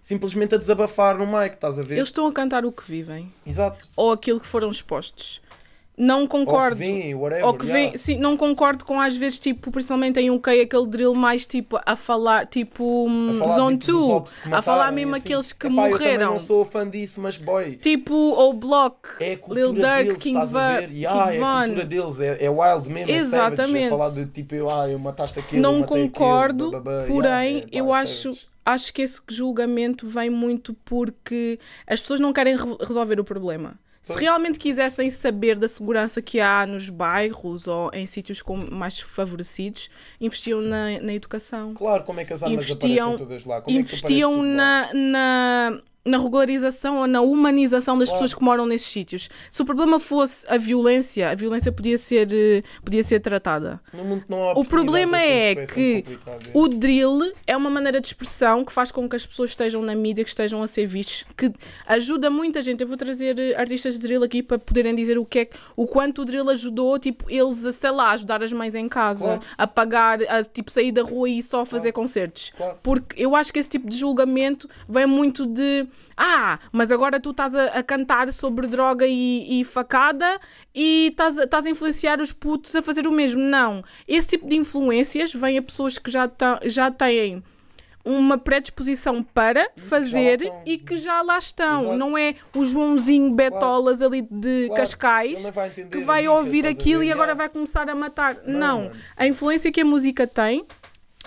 simplesmente a desabafar no mic, estás a ver? Eles estão a cantar o que vivem Exato. ou aquilo que foram expostos. Não Ou que concordo. vem, whatever. Ou que vem- yeah. sim, não concordo com às vezes, tipo, principalmente em um UK, aquele drill mais tipo a falar, tipo, hum, falar, Zone tipo, dos 2, ops que a mataram falar e mesmo assim. aqueles Epá, que Eu também morreram, não sou fã disso, mas boy. tipo, ou Block, É a Lil cultura Durk, deles, King, estás a Va ver? Yeah, Kid é a cultura Von. deles, é, é wild mesmo, é savage. Exatamente. É falar de tipo, eu, ah, eu mataste aquilo, Não matei aquele, concordo, blá, blá, blá, porém, yeah, é, pá, eu é acho, savage. acho que esse julgamento vem muito porque as pessoas não querem re- resolver o problema. Se Pois. realmente quisessem saber da segurança que há nos bairros ou em sítios com- mais favorecidos, investiam na, na educação. Hum. Claro, como é que as armas Investiam- aparecem todas lá? Como é que tu apareces investiam tudo lá? na, na, na regularização ou na humanização das Claro. pessoas que moram nesses sítios. Se o problema fosse a violência, a violência podia ser, eh, podia ser tratada. No mundo não há O problema é oportunidades, assim, que parece um complicado, o drill é uma maneira de expressão que faz com que as pessoas estejam na mídia, que estejam a ser vistos, que ajuda muita gente. Eu vou trazer eh, artistas de drill aqui para poderem dizer o que é que- o quanto o drill ajudou, tipo, eles a, sei lá, ajudar as mães em casa, Claro. a pagar, a tipo sair da rua e só fazer concertos. Claro. Porque eu acho que esse tipo de julgamento vem muito de ah, mas agora tu estás a, a cantar sobre droga e, e facada e estás, a- estás a influenciar os putos a fazer o mesmo. Não. Esse tipo de influências vem a pessoas que já, ta- já têm uma predisposição para fazer estão. e que já lá estão. Exato. Não é o Joãozinho Betolas ali de Claro, ele Cascais não vai entender que a vai dica, ouvir estás a aquilo ver? e agora Yeah. vai começar a matar. Não, mano. a influência que a música tem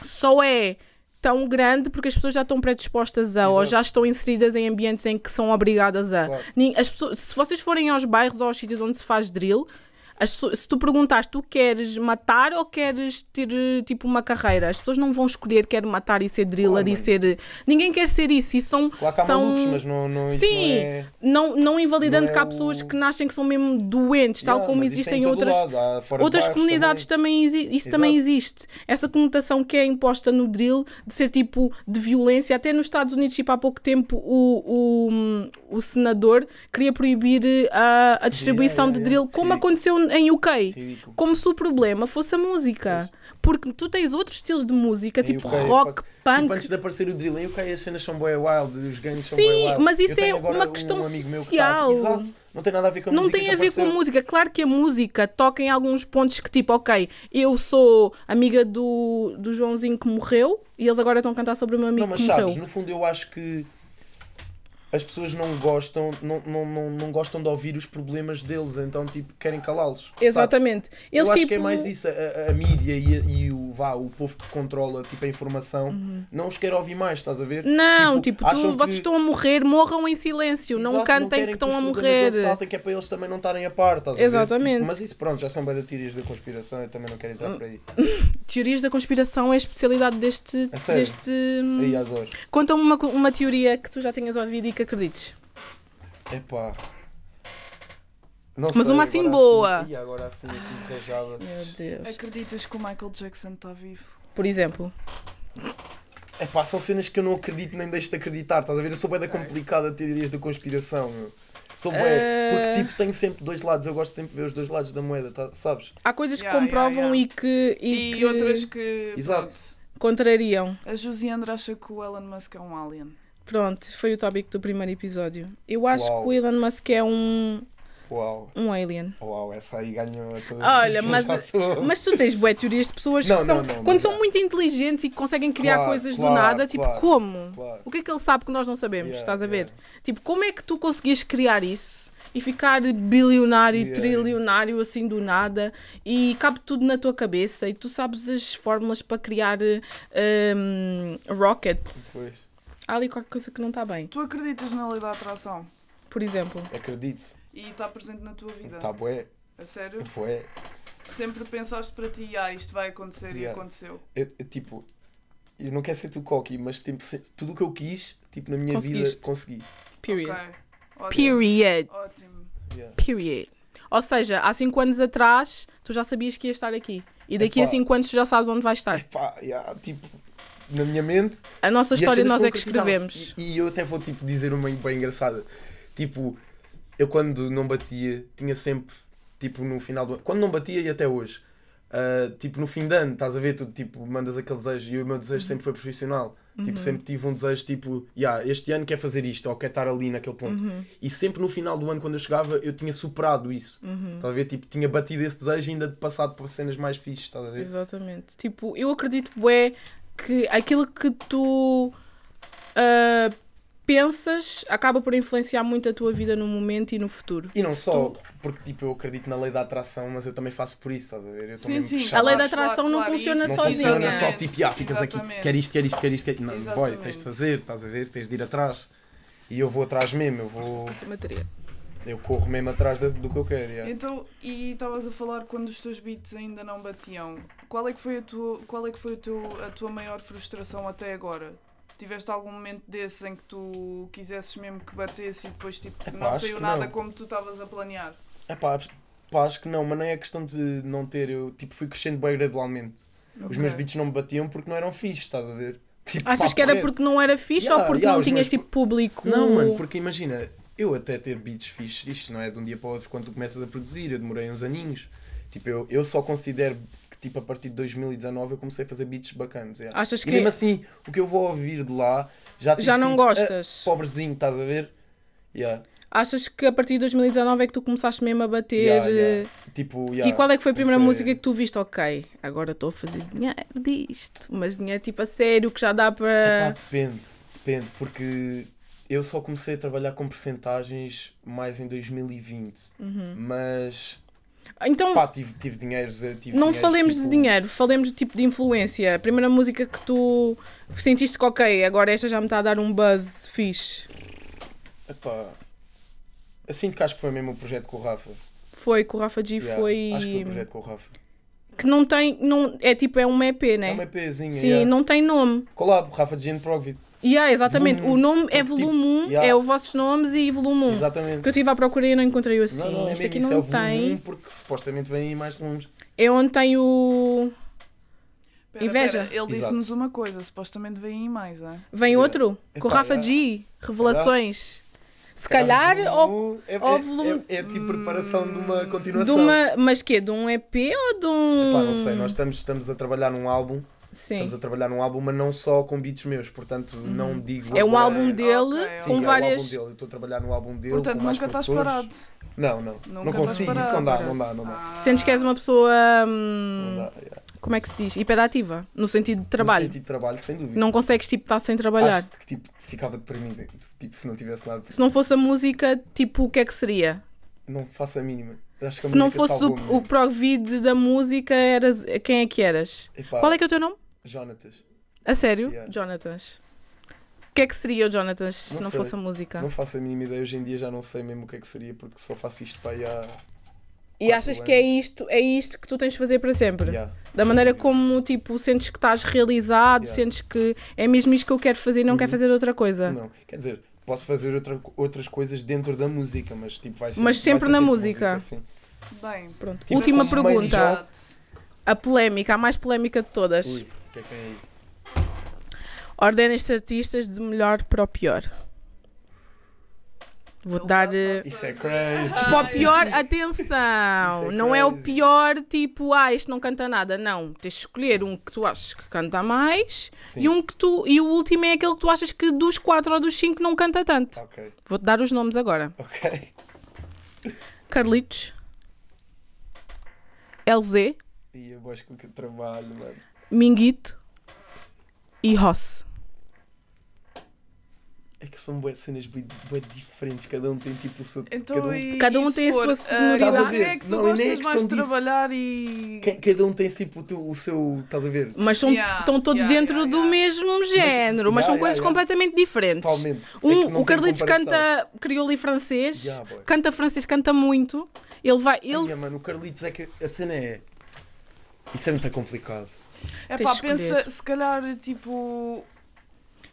só é tão grande porque as pessoas já estão predispostas a ou Exato. já estão inseridas em ambientes em que são obrigadas a. Claro. Nin- As pessoas, se vocês forem aos bairros ou aos sítios onde se faz drill, as pessoas- se tu perguntas tu queres matar ou queres ter eh, tipo uma carreira, as pessoas não vão escolher quer matar e ser driller Claro, e Oh, mano. ser. Ninguém quer ser isso. E são. Claro que há são... malucos, mas não, não, isso Sim, não é... não, não invalidando não é que há o- pessoas que nascem que são mesmo doentes, tal Yeah, como mas isso é existem todo outras, lado, há fora de outras bairros comunidades também. também, exi- isso também Exato. existe. Essa conotação que é imposta no drill de ser tipo de violência, até nos Estados Unidos, tipo há pouco tempo, o, o, o senador queria proibir eh, a, a distribuição yeah, de yeah. drill, como Sim. aconteceu em UK. Ridículo. Como se o problema fosse a música. Porque tu tens outros estilos de música, Em tipo UK, rock, fuck. Tipo, punk. antes de aparecer o drill em UK, as cenas são bué wild, os gangues são Sim, bué wild. mas isso Eu tenho é agora um uma questão amigo meu que social. Tá... Exato, não tem nada a ver com a Não música tem que a ver com apareceu. música. Claro que a música toca em alguns pontos que, tipo, ok, eu sou amiga do, do Joãozinho que morreu e eles agora estão a cantar sobre o meu amigo Não, mas que sabes, morreu. no fundo eu acho que as pessoas não gostam, não, não, não, não gostam de ouvir os problemas deles, então tipo, querem calá-los. sabe? Exatamente. Eu Eles, acho tipo, que é mais isso, a, a- a mídia e, a- e o, vá, o povo que controla tipo, a informação não os quer ouvir mais, estás a ver? Uhum. Não, tipo, tu- acham que- vocês estão a morrer, morram em silêncio, não Exato, cantem querem que estão os a problemas morrer. deles saltem, que é para eles também não estarem a par, estás a ver? Exatamente. Tipo, mas isso pronto, já são bem de teorias da conspiração, eu também não quero entrar por aí. Teorias da conspiração é a especialidade deste. A É sério? deste... hum, Aí adoro. Conta-me uma, co- uma teoria que tu já tenhas ouvido e que acredites. Epá. Não Mas uma assim agora boa. Ih, agora assim, assim, rejada. Meu Deus. Acreditas É que o Michael Jackson está vivo? Por exemplo. Epá, são cenas que eu não acredito nem deixo de acreditar, estás a ver? Eu sou bué da complicada de teorias da conspiração, meu. Sou bué, Eh. porque tipo, tenho sempre dois lados, eu gosto sempre de ver os dois lados da moeda, tá- sabes? Há coisas que Yeah, comprovam yeah, e que, e E, que outras que. Exato. pronto. contrariam. A Josiandra acha que o Elon Musk é um alien. Pronto, foi o tópico do primeiro episódio. Eu acho Uau. que o Elon Musk é um, Uau, um alien. uau, essa aí ganhou a todas as Olha, que eu mas, faço. mas tu tens bué teorias de pessoas Não, que não, são. não, quando mas são é. muito inteligentes e que conseguem criar Claro, coisas claro, do nada, tipo, claro. como? Claro. O que é que ele sabe que nós não sabemos? Yeah, estás a ver? yeah. Tipo, como é que tu conseguiste criar isso e ficar bilionário e Yeah, trilionário assim do nada e cabe tudo na tua cabeça e tu sabes as fórmulas para criar eh, hum, rockets? Pois, Há ali qualquer coisa que não está bem, Tu acreditas na lei da atração? por exemplo. acredito. E está presente na tua vida? Tá bué, A sério? bué. Sempre pensaste para ti, ah, isto vai acontecer e Yeah. aconteceu. Eu, eu, tipo, eu não quero ser tu cocky, mas tipo, se- tudo o que eu quis, tipo, na minha vida, Conseguiste. consegui. Period. Ok. Ótimo. Period. Ótimo. Yeah. Period. Ou seja, há 5 anos atrás tu já sabias que ias estar aqui. E daqui a Epá. 5 anos tu já sabes onde vais estar. Pá, yeah, tipo, na minha mente, A E nossa as história cenas nós é que concretizavam-se. escrevemos. E, e eu até vou tipo, dizer uma bem engraçada. Tipo, eu quando não batia, tinha sempre, tipo, no final do ano. Quando não batia e até hoje. ah, tipo, no fim de ano, estás a ver? Tu tipo, mandas aquele desejo. E o meu desejo sempre foi profissional. Uhum. Tipo, sempre tive um desejo, tipo, "Ya, este ano quer fazer isto ou quer estar ali naquele ponto. Uhum. E sempre no final do ano, quando eu chegava, eu tinha superado isso. Uhum. Estás a ver? Tipo, tinha batido esse desejo e ainda passado para cenas mais fixes, estás a ver? Exatamente. Tipo, eu acredito, bué, que aquilo que tu ah, pensas acaba por influenciar muito a tua vida no momento e no futuro. E não Se só, tu- porque tipo, eu acredito na lei da atração, mas eu também faço por isso, estás a ver? Eu Sim, também sim. puxava A lei da acho- atração não é funciona Não sozinha. funciona só Exatamente, tipo, ah, ficas aqui, né? Exatamente. quer isto, quer isto, quer isto, quer isto. Não, boy, Exatamente. tens de fazer, estás a ver? Tens de ir atrás. E eu vou atrás mesmo, eu vou. Essa matéria. Eu corro mesmo atrás da- do que eu quero. yeah. Então, e estavas a falar quando os teus beats ainda não batiam. Qual é que foi a tua, qual é que foi a tua, a tua maior frustração até agora? Tiveste algum momento desse em que tu quisesses mesmo que batesse e depois tipo, não acho saiu que nada não. como tu estavas a planear? É pá, abs- pá, acho que não, mas não é questão de não ter. Eu tipo, fui crescendo bem gradualmente. Os Ok. meus beats não me batiam porque não eram fixes, estás a ver? Tipo, Achas papo que era reto. porque não era fixe Yeah, ou porque yeah, não os tinhas meus- tipo público? Não, mano, porque imagina, eu até ter beats fixes, isto não é de um dia para o outro quando tu começas a produzir, eu demorei uns aninhos. Tipo, eu, eu só considero que tipo a partir de 2019 eu comecei a fazer beats bacanas. yeah. Achas que- E mesmo assim, o que eu vou ouvir de lá já tipo, Já não sinto, gostas? "Ah, pobrezinho, estás a ver? Yeah, Achas que a partir de 2019 é que tu começaste mesmo a bater? yeah, eh, yeah. Tipo, yeah, E qual é que foi a primeira comecei- música que tu viste? Ok, agora estou a fazer dinheiro disto, mas dinheiro tipo a sério que já dá para. Epá, depende, depende, porque eu só comecei a trabalhar com percentagens mais em 2020, Uhum. mas Então pá, tive, tive dinheiros, eu tive não dinheiros, falemos de tipo, dinheiro, falemos de tipo de influência. A primeira música que tu sentiste que ok, agora esta já me está a dar um buzz fixe. Epá. Eu sinto que acho que foi mesmo o projeto com o Rafa. Foi Hum. que o Rafa G Yeah, foi. Acho que foi o projeto com o Rafa. que não tem. Não, é tipo, é um EP, né? É uma EPzinha. Sim, yeah. não Hum. tem nome. Collab, Rafa de Gene Provid. E yeah, exatamente. Volume O nome é tipo, volume 1, yeah. é os vossos nomes e volume 1. Exatamente. Que eu estive à procura e não encontrei o assim. Não, não, é este mesmo aqui isso, não é o volume tem. um, porque supostamente vem aí mais volumes. É onde tem o. Pera, Inveja. pera, ele Exato. disse-nos uma coisa, supostamente vem aí mais, é? Vem Yeah. outro? Com Epá, Rafa yeah. G. Revelações. Se calhar, ou volume um é, ou é- volume- Hum, é- é tipo preparação de uma de continuação. uma. Mas quê? De um EP ou de um. Epá, não sei, nós estamos, estamos a trabalhar num álbum, Sim. estamos a trabalhar num álbum, mas não só com beats meus, portanto não digo. É um agora- álbum dele ok, Sim, ok. com é o várias. álbum dele. Eu estou a trabalhar no álbum dele. Portanto, com mais nunca estás produtores. parado. Não, não. Nunca não estás consigo, parado. isso não dá, não dá, não dá. Ah. Sentes que és uma pessoa. hum, Não dá, yeah. como é que se diz? Hiperativa. No sentido de trabalho. No sentido de trabalho, sem dúvida. Não consegues tipo estar sem trabalhar. Acho que tipo, ficava deprimido, tipo, se não tivesse nada. Se não fosse a música, tipo, o que é que seria? Não faço a mínima. Acho que a Se não música fosse o, salvou-me. o Provid da música, eras, quem é que eras? Epá, Qual é que é o teu nome? Jonatas, A sério? Yeah. Jonatas. O que é que seria o Jonatas se não Não sei. fosse a música? não faço a mínima ideia. Hoje em dia já não sei mesmo o que é que seria, porque só faço isto para aí há. E quatro achas que é anos. isto, é isto que tu tens de fazer para sempre? Yeah. Da maneira como, tipo, sentes que estás realizado, Yeah. Uhum. sentes que é mesmo isto que eu quero fazer e não quero fazer outra coisa. Não, quer dizer, posso fazer outra- outras coisas dentro da música, mas tipo, vai ser. Mas sempre vai ser na música. sim. Bem, Pronto. Tipo, Última como main é pergunta. job. A polémica, a mais polémica de todas. Ui, o que é que tem aí? Ordena estes artistas de melhor para o pior. Vou Ele dar. já eh, Isso é crazy. Para o pior, atenção! Isso é não é o crazy. pior tipo, ah, este não canta nada. Não. Tens de escolher um que tu achas que canta mais Sim. e, um que tu, e o último é aquele que tu achas que dos quatro ou dos cinco não canta tanto. Ok, Vou-te dar os nomes agora: ok. Carlitos, LZ, E eu acho que eu trabalho, mano. Minguito e Ross. É que são bué cenas bué, bué diferentes, cada um tem tipo o seu. cada então um... e, Cada um e se tem a for, sua ah, sonoridade. com quem é que tu Não, e nem é gostas questão mais de disso. trabalhar e. Ca- Cada um tem tipo o, teu- o seu. Estás a ver? Mas são, Yeah, estão todos yeah, dentro yeah, do yeah. mesmo género, yeah, mas, são yeah, coisas yeah. completamente diferentes. Totalmente. É que Um, não o tem Carlitos comparação. canta crioulo e francês, Yeah, boy. canta francês, canta muito. Ele vai. Ele, Ai, é, mano, o Carlitos é que a cena é. Isso é muito complicado. É Tens pá, de escolher. pensa, se calhar, tipo.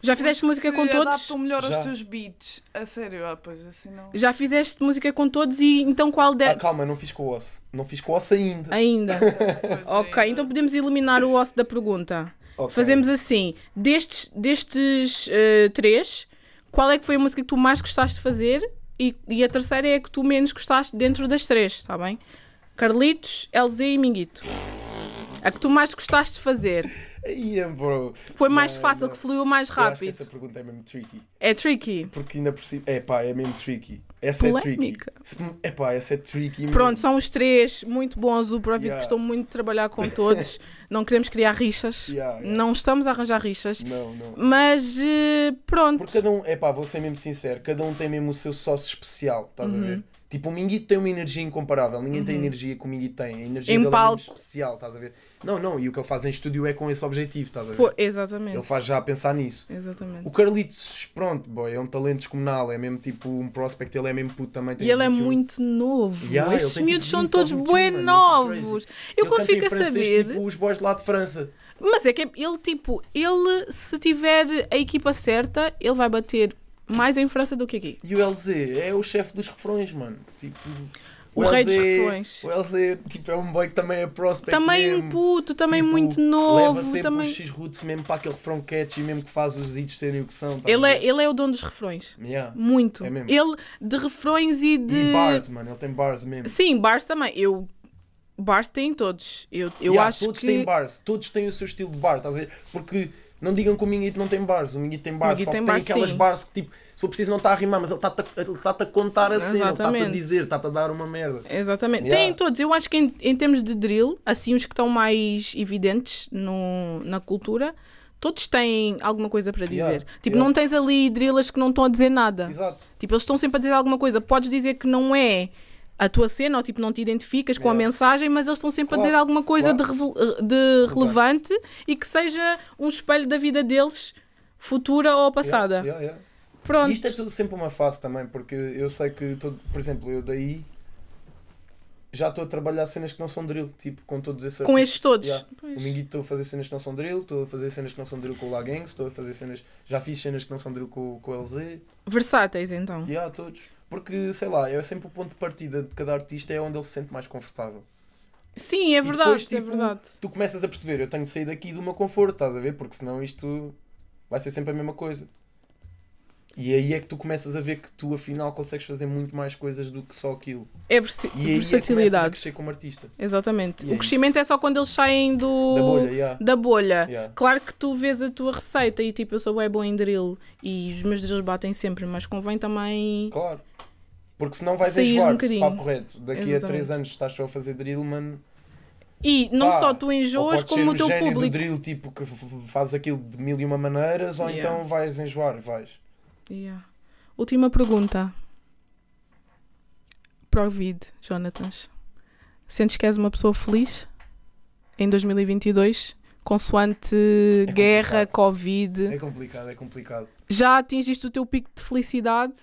já fizeste música com todos? Adaptam melhor Já. aos teus beats. A sério, ah, pois assim não. Já fizeste música com todos e então qual Ah, deve. calma, não fiz com o osso. Não fiz com o osso ainda. Ainda. Pois ok, é. então podemos eliminar o osso da pergunta. Ok. Fazemos assim: destes, destes eh, três, qual é que foi a música que tu mais gostaste de fazer? E, e a terceira é a que tu menos gostaste dentro das três, está bem? Carlitos, LZ e Minguito. A que tu mais gostaste de fazer. Aí, bro. Foi mais Não, fácil, não. que fluiu mais Eu acho que rápido. essa pergunta é mesmo tricky. É tricky. Porque ainda por cima. É pá, é mesmo tricky. Essa Polémica. é tricky. É pá, essa é tricky. mesmo. Pronto, são os três muito bons. O Provid Yeah. gostou muito de trabalhar com todos. não queremos criar rixas. Yeah, yeah. Não estamos a arranjar rixas. Não, não. Mas eh, pronto. Porque cada um, é pá, vou ser mesmo sincero, cada um tem mesmo o seu sócio especial, estás Uhum. a ver? Tipo, o Minguito tem uma energia incomparável, ninguém tem a energia que o Minguito tem, a energia Em dele é palco. mesmo especial, estás a ver? Não, não, e o que ele faz em estúdio é com esse objetivo, estás a ver? Pô, exatamente. Ele faz já a pensar nisso. Exatamente. O Carlitos, pronto, boy, é um talento descomunal, é mesmo tipo um prospect, ele é mesmo puto também. Tem E ele é 21. muito novo. Yeah, Esses ele tem, tipo, miúdos são 20 todos ou bué 21, mano, isso é novos. Eu Ele quando canta em fico a francês, saber. Tipo os boys lá de França. Mas é que ele, tipo, ele, se tiver a equipa certa, ele vai bater mais em França do que aqui. E o LZ é o chefe dos refrões, mano. Tipo, O rei dos refrões. O LZ tipo, é um boy que também é prospect. Também mesmo. puto, também Tipo, muito Leva novo. sempre Também... os X-Roots mesmo para aquele refrão catchy, mesmo que faz os hits serem o que são. tá Ele, a é, ver? ele é o dono dos refrões. Yeah. Muito. É mesmo. Ele, de refrões e de. E bars, mano, ele tem bars mesmo. Sim, bars também. Eu. Bars tem todos. Eu, eu Yeah, acho todos que. têm bars, todos têm o seu estilo de bar, estás a ver? Porque não digam que o Minguito não tem bars, o Minguito tem bars, Minguito só que tem tem, bars, aquelas sim. bars que tipo, se for preciso não está a rimar, mas ele está-te a, ele está-te a contar a cena, ele está-te a Exatamente. É. dizer, está-te a dar uma merda. Exatamente. Yeah. Tem todos. Eu acho que em, em termos de drill, assim, os que estão mais evidentes no, na cultura, todos têm alguma coisa para dizer. Yeah, Tipo, yeah. não tens ali drillers que não estão a dizer nada. Exato. Tipo, eles estão sempre a dizer alguma coisa. Podes dizer que não é a tua cena ou tipo não te identificas com a Yeah. mensagem, mas eles estão sempre a dizer Claro, alguma coisa claro. de, revel- de relevante e que seja um espelho da vida deles, futura ou passada. Yeah, yeah, yeah. Pronto. E isto é tudo sempre uma fase também, porque eu sei que, todo, por exemplo, eu daí já estou a trabalhar cenas que não são drill, tipo com todos esses. Com estes todos. Yeah. Pois. O Minguito estou a fazer cenas que não são drill, estou a fazer cenas que não são drill com o La Gangs, estou a fazer cenas. Já fiz cenas que não são drill com, com o LZ, Versáteis então. e há todos. Porque, sei lá, é sempre o ponto de partida de cada artista, é onde ele se sente mais confortável. Sim, é depois, verdade, é tipo, verdade. Tu começas a perceber, eu tenho de sair daqui do meu conforto, estás a ver? Porque senão isto vai ser sempre a mesma coisa. E aí é que tu começas a ver que tu afinal consegues fazer muito mais coisas do que só aquilo. É versi- E aí é que começas a versatilidade. crescer como artista. Exatamente. E é o crescimento é só quando eles saem do... Da bolha, yeah. da bolha. Yeah. Claro que tu vês a tua receita e tipo, eu sou bem bom em drill e os meus drills batem sempre, mas convém também. Claro. Porque senão vais Saís um enjoar-te, bocadinho. papo reto. Daqui a 3 Exatamente. anos estás só a fazer drill, mano. E não Pá, só tu ou enjoas, podes ser como o teu gênio público. do drill, tipo, que f- f- faz aquilo de mil e uma maneiras, ou Yeah. então vais enjoar, vais. Yeah. Última pergunta. Provid, Jonatas. Sentes que és uma pessoa feliz em 2022? Consoante guerra, É complicado. Covid. É complicado, é complicado. Já atingiste o teu pico de felicidade?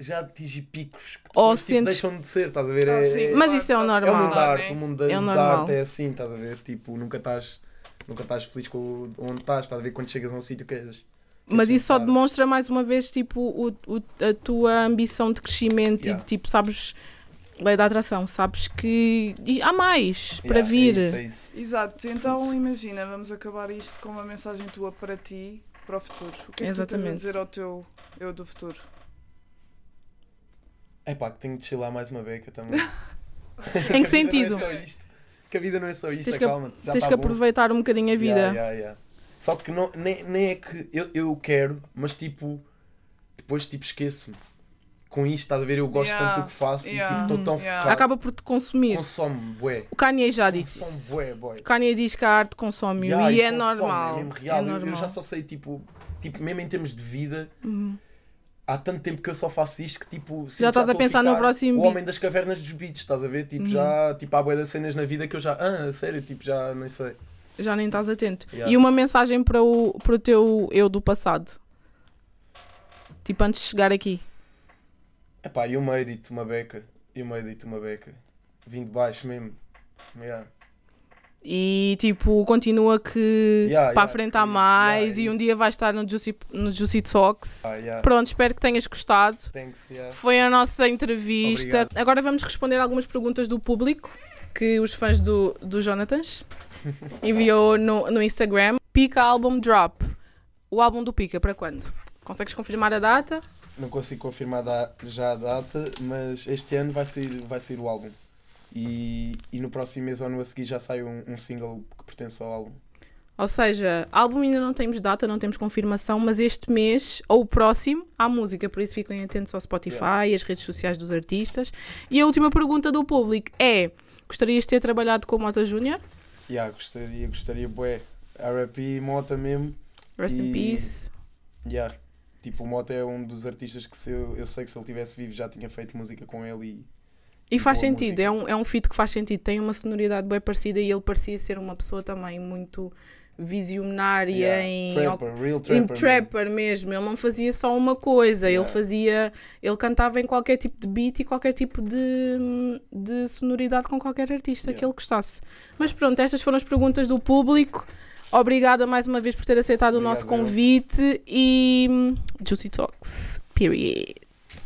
Já atingi picos que Ou depois, tipo, Oh, sentes- deixam de ser, estás a ver? Ah, é, sim, é- Mas claro, isso é o tá-se- É o normal. mundo da normal, arte, né? o mundo da, É o da normal. arte é assim, estás a ver? Tipo, nunca estás, nunca estás feliz com o- onde estás, estás a ver quando chegas a um sítio que é és. Mas Sim, isso só claro. demonstra mais uma vez tipo, o, o- a tua ambição de crescimento e Yeah. de tipo, sabes, lei da atração, sabes que e há mais para Yeah, vir. É isso, é isso. Exato, então imagina, vamos acabar isto com uma mensagem tua para ti, para o futuro. O que é que tu tens a Exatamente. dizer ao teu eu do futuro? É pá, que tenho de chilar mais uma beca também. Em que Que a vida sentido? Não é só isto. Que a vida não é só isto, Tens que- calma. Já Tens tá que bom. aproveitar um bocadinho a vida. Yeah, yeah, yeah. Só que não, nem, nem é que eu, eu quero, mas tipo, depois tipo esqueço-me. Com isto, estás a ver? Eu gosto Yeah, tanto do que faço yeah, e tipo, estou tão yeah. focado. Acaba por te consumir. Consome bué. O Kanye já disse Consome isso. bué, boy. O Kanye diz que a arte consome Yeah, e é consome, normal. É mesmo real. É Eu- Eu, normal. Uhum. já só sei, tipo, tipo, mesmo em termos de vida, há tanto tempo que eu só faço isto que, tipo, sinto estás a estou pensar no ficar próximo O beat. Uhum. homem das cavernas dos beats, estás a ver? Tipo, já, tipo, há bué das cenas na vida que eu já, ah, a sério, tipo, já nem sei. Já nem estás atento. Yeah. E uma mensagem para o, para o teu eu do passado. Tipo, antes de chegar aqui. Epá, eu made it, uma beca. Eu made it, uma beca. Vim de baixo mesmo. Yeah. E tipo, continua que Yeah, para yeah, enfrentar que- mais yeah, e um isso. dia vai estar no Juicy, no Juicy Talks. Ah, yeah. Pronto, espero que tenhas gostado. Thanks, yeah. Foi a nossa entrevista. Obrigado. Agora vamos responder algumas perguntas do público que os fãs do, do Jonatas enviou no, no Instagram. Pica Album Drop. O álbum do Pica, para quando? Consegues confirmar a data? Não consigo confirmar da- já a data, mas este ano vai sair, vai sair o álbum. E, e no próximo mês ou no a seguir já sai um, um single que pertence ao álbum. Ou seja, álbum ainda não temos data, não temos confirmação, mas este mês ou o próximo há música, por isso fiquem atentos ao Spotify e as redes sociais dos artistas. E a última pergunta do público é: gostarias de ter trabalhado com o Mota Júnior? Yeah, gostaria, gostaria, bué. R.I.P. Mota mesmo. Rest in E- peace. Yeah. Tipo, o Mota é um dos artistas que se eu, eu sei que se ele tivesse vivo já tinha feito música com ele e E faz boa sentido, música. é um, é um feat que faz sentido, tem uma sonoridade bem parecida e ele parecia ser uma pessoa também muito visionária yeah, em trapper, real em trapper. mesmo. trapper mesmo, ele não fazia só uma coisa, Yeah. ele fazia, ele cantava em qualquer tipo de beat e qualquer tipo de, de sonoridade com qualquer artista que Yeah. ele gostasse. Mas pronto, estas foram as perguntas do público. Obrigada mais uma vez por ter aceitado o nosso Obrigado, eu. convite e hum, Juicy Talks, period.